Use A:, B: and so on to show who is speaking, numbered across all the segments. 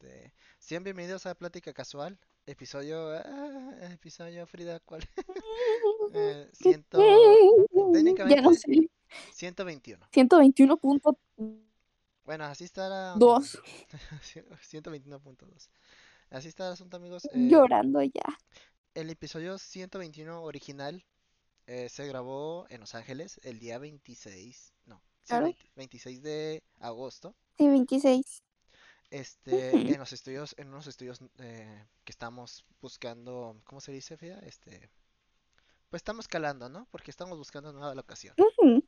A: Sean este, bienvenidos a Plática Casual, episodio. ah, episodio Frida, ¿cuál? Eh, ciento- técnicamente
B: Ya no sé,
A: 121.
B: 121.2.
A: Bueno, así estará. 121.2. Así está el asunto, amigos. Eh,
B: Llorando ya.
A: el episodio 121 original eh, se grabó en Los Ángeles el día 26. No, sí,
B: Claro.
A: 20 26 de agosto.
B: Sí, 26.
A: Este,
B: Ujú.
A: en los estudios, en unos estudios eh, que estamos buscando, ¿cómo se dice, Frida? Este, pues estamos calando, ¿no? Porque estamos buscando una nueva locación.
B: Ujú.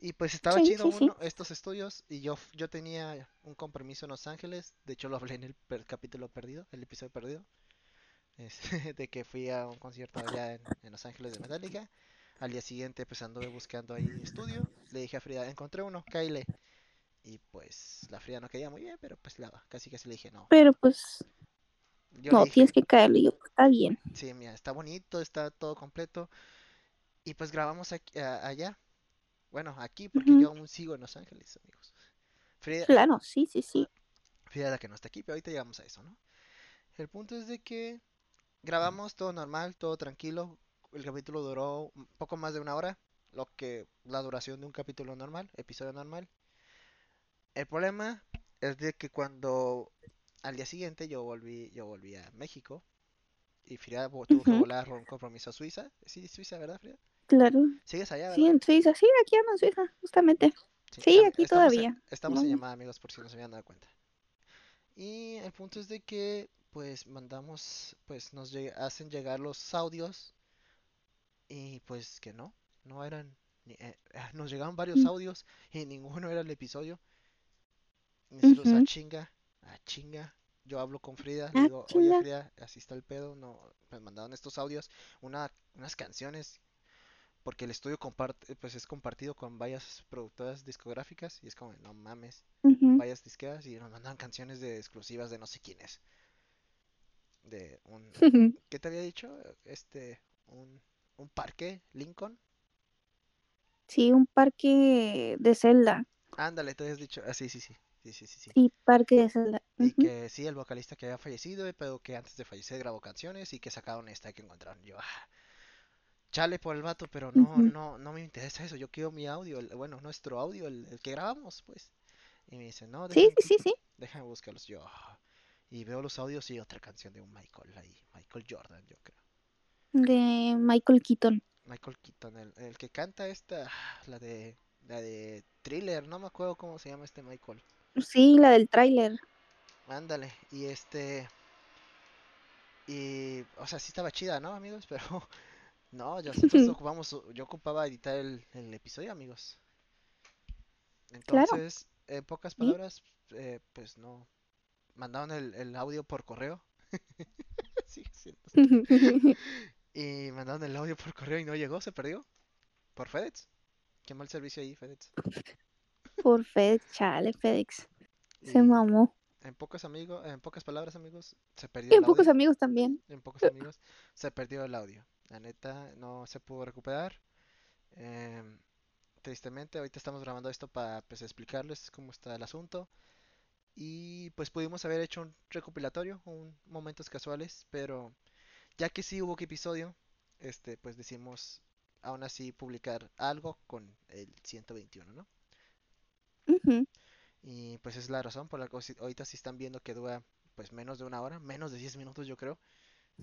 A: Y pues estaba
B: Sí,
A: chido
B: sí, sí.
A: uno, estos estudios y yo, f- yo tenía un compromiso en Los Ángeles, de hecho lo hablé en el per- capítulo perdido, el episodio perdido, este, de que fui a un concierto allá en, en Los Ángeles de Metallica. Al día siguiente pues anduve buscando ahí estudio, le dije a Frida, encontré uno, Kyle. Y pues la Frida no caía muy bien, pero pues la, casi casi le dije, no,
B: Pero pues,
A: yo le
B: no,
A: dije,
B: tienes que caerle. Yo, pues, está bien.
A: sí, mira, está bonito, está todo completo. Y pues grabamos aquí- a- allá. Bueno, aquí, porque yo aún sigo en Los Ángeles, amigos. Frida,
B: Claro, sí, sí, sí.
A: Frida la que no está aquí, pero ahorita llegamos a eso, ¿no? El punto es de que grabamos todo normal, todo tranquilo. El capítulo duró un poco más de una hora, lo que la duración de un capítulo normal, episodio normal. El problema es de que cuando al día siguiente yo volví, yo volví a México y Frida vo- tuvo que
B: Ujú.
A: volar por un compromiso a Suiza. Sí, Suiza, ¿verdad, Frida?
B: Claro.
A: ¿Sigues allá,
B: Sí,
A: verdad?
B: en Suiza. Sí, aquí ando en Suiza, justamente. sí,
A: tam-
B: aquí
A: estamos en-
B: todavía.
A: estamos en
B: No.
A: llamada, amigos, por si no se habían dado cuenta. Y el punto es de que, pues, mandamos, pues, nos lle- hacen llegar los audios y, pues, que no, no eran, ni- eh, ah, nos llegaban varios
B: Mm.
A: audios y ninguno era el episodio. Y nosotros, a
B: Ujú.
A: chinga, a chinga. Yo hablo con Frida, le
B: Ah,
A: digo, oye,
B: chinga.
A: Frida, así está el pedo, no, me mandaron estos audios, una, unas canciones, porque el estudio comparte, pues, es compartido con varias productoras discográficas y es como, no mames
B: Ujú.
A: varias disqueras y nos mandaban canciones de exclusivas de no sé quiénes. De un, ¿qué te había dicho? Este, un, un parque, Lincoln.
B: Sí, un parque de Zelda.
A: Ándale, te habías dicho. Ah, sí, sí, sí, sí, sí, sí, sí.
B: Sí, parque de Zelda.
A: Y
B: Ujú.
A: que sí, el vocalista que había fallecido, eh, pero que antes de fallecer grabó canciones y que sacaron esta que encontraron. Yo, ah, chale por el vato, pero no,
B: Ujú.
A: no, no me interesa eso. Yo quiero mi audio, el- bueno, nuestro audio, el, el que grabamos, pues. Y me dice, no,
B: Sí,
A: déjame,
B: sí, sí, sí.
A: déjame buscarlos. Yo, ah. y veo los audios y otra canción de un Michael ahí, Michael Jordan, yo creo.
B: De Michael Keaton.
A: Michael Keaton, el, el que canta esta, la de, la de Thriller, no me acuerdo cómo se llama este Michael.
B: Sí, la del tráiler.
A: Ándale, y este, y, o sea, sí estaba chida, ¿no, amigos? Pero, no, ya nosotros ocupamos, yo ocupaba editar el, el episodio, amigos.
B: Claro.
A: Entonces, en pocas
B: Sí.
A: palabras, eh, pues no, mandaron el, el audio por correo. Sí, sí, Y mandaron el audio por correo y no llegó, se perdió, por FedEx. Qué mal servicio ahí, FedEx.
B: Por FedEx, chale, FedEx. Se
A: Y
B: mamó.
A: En pocos amigos, en pocas palabras, amigos, se perdió el
B: En pocos
A: audio.
B: amigos también.
A: En pocos amigos, se perdió el audio. La neta, no se pudo recuperar. em, tristemente, ahorita estamos grabando esto para pues, explicarles cómo está el asunto. Y pues pudimos haber hecho un recopilatorio, un momentos casuales, pero ya que sí hubo que episodio, este, pues decimos aún así publicar algo con el 121, ¿no?
B: Ujú.
A: Y pues es la razón por la que hoy- ahorita sí están viendo que dura pues menos de una hora, menos de 10 minutos yo creo.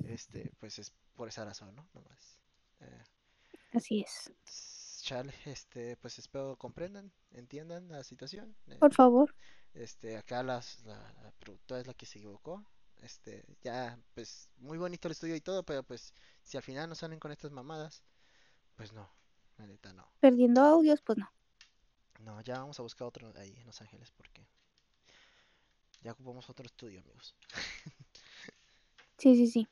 A: Este, pues es por esa razón, ¿no? Nomás. Eh,
B: Así es.
A: s- chale, este, pues espero comprendan, entiendan la situación. eh,
B: Por favor.
A: este, acá las, la, la productora es la que se equivocó. Este, ya, pues muy bonito el estudio y todo, pero pues si al final no salen con estas mamadas, pues no, la neta no.
B: Perdiendo audios, pues no.
A: No, ya vamos a buscar otro ahí en Los Ángeles porque ya ocupamos otro estudio, amigos.
B: Sí, sí, sí.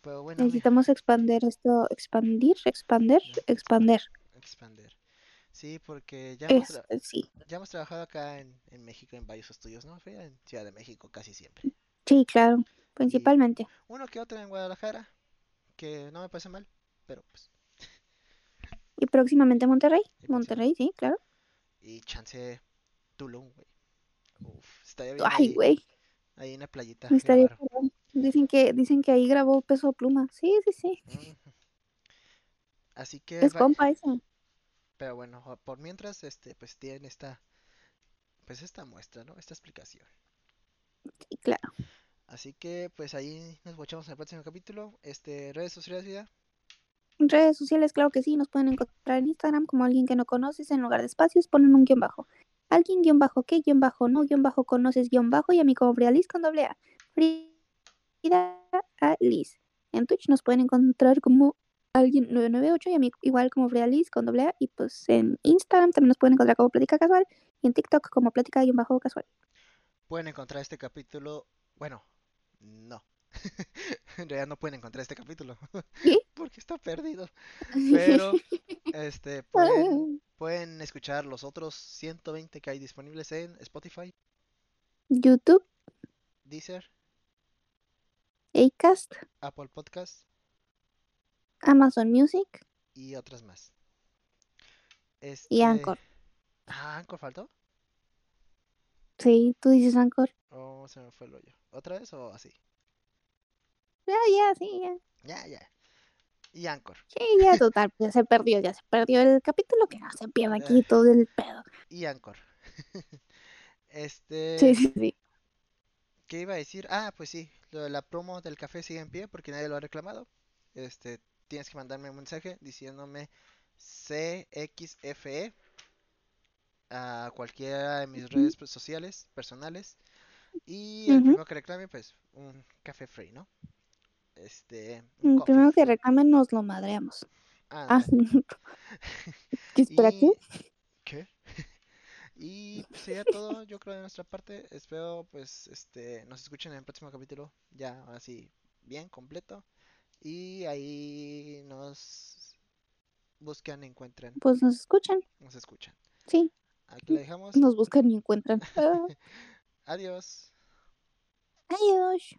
A: Pero bueno, ami-
B: Necesitamos expander esto. Expandir, expander,
A: no,
B: expander.
A: expander. Sí, porque ya hemos,
B: Es,
A: tra-
B: sí.
A: ya hemos trabajado acá en, en México en varios estudios, ¿no? Frida? En Ciudad de México casi siempre.
B: Sí, claro.
A: Y
B: Principalmente.
A: uno que otro en Guadalajara, que no me parece mal, pero pues,
B: Y próximamente Monterrey.
A: y próximamente.
B: Monterrey, sí, claro.
A: Y chance Tulum, güey. Uf, estaría bien
B: Ay,
A: ahí.
B: güey.
A: Ahí en la playita
B: Estaría
A: grabaron.
B: genial. Dicen que, dicen que ahí grabó Peso Pluma. Sí, sí, sí.
A: Ujú. Así que,
B: Es
A: va-
B: compa esa.
A: pero bueno, o- por mientras, este, pues tienen esta, pues esta muestra, ¿no? Esta explicación.
B: Sí, claro.
A: Así que, pues ahí nos guachamos en el próximo capítulo. Este, redes sociales, vida.
B: Redes sociales, claro que sí, nos pueden encontrar en Instagram como alguien que no conoces, en lugar de espacios ponen un guión bajo. Alguien guión bajo, qué guión bajo, no guión bajo, conoces guión bajo y a mí como Frialis con doble A. Frida A. Liz. En Twitch nos pueden encontrar como alguien 998 y a mí igual como Frialis con doble A y pues en Instagram también nos pueden encontrar como Plática Casual y en TikTok como Plática guión bajo casual.
A: Pueden encontrar este capítulo. Bueno, no. En realidad no pueden encontrar este capítulo.
B: ¿Sí?
A: Porque está perdido. Pero, este,
B: Ah,
A: pueden, pueden escuchar los otros 120 que hay disponibles en Spotify,
B: YouTube,
A: Deezer,
B: Acast,
A: Apple Podcast
B: Amazon Music
A: y otras más.
B: y
A: Este...
B: Anchor.
A: Ah, Anchor faltó.
B: Sí, tú dices Anchor.
A: Oh, se me fue el hoyo. ¿Otra vez o así?
B: Ah, ya, sí, ya.
A: Ya, ya. Y Anchor.
B: Sí, ya total, ya se perdió, ya se perdió el capítulo, que no se pierda aquí todo el pedo.
A: Y Anchor. Este...
B: Sí, sí, sí.
A: ¿Qué iba a decir? Ah, pues sí, lo de la promo del café sigue en pie porque nadie lo ha reclamado. Este, tienes que mandarme un mensaje diciéndome CXFE E a cualquiera de mis
B: Ujú.
A: redes pues, sociales personales y el
B: Ujú.
A: primero que reclame pues un café free, ¿no? Este, un
B: Mm,
A: coffee
B: Primero que
A: free.
B: reclamen nos lo madreamos.
A: Ah,
B: Ah, ¿qué espera
A: y-
B: qué?
A: ¿Qué? Y pues, sería todo, yo creo, de nuestra parte. Espero, pues, este, nos escuchen en el próximo capítulo, ya así, bien completo. Y ahí nos buscan, encuentren,
B: Pues nos escuchan,
A: nos escuchan.
B: sí,
A: Aquí lo dejamos.
B: nos buscan y encuentran. Ah,
A: Adiós.
B: adiós.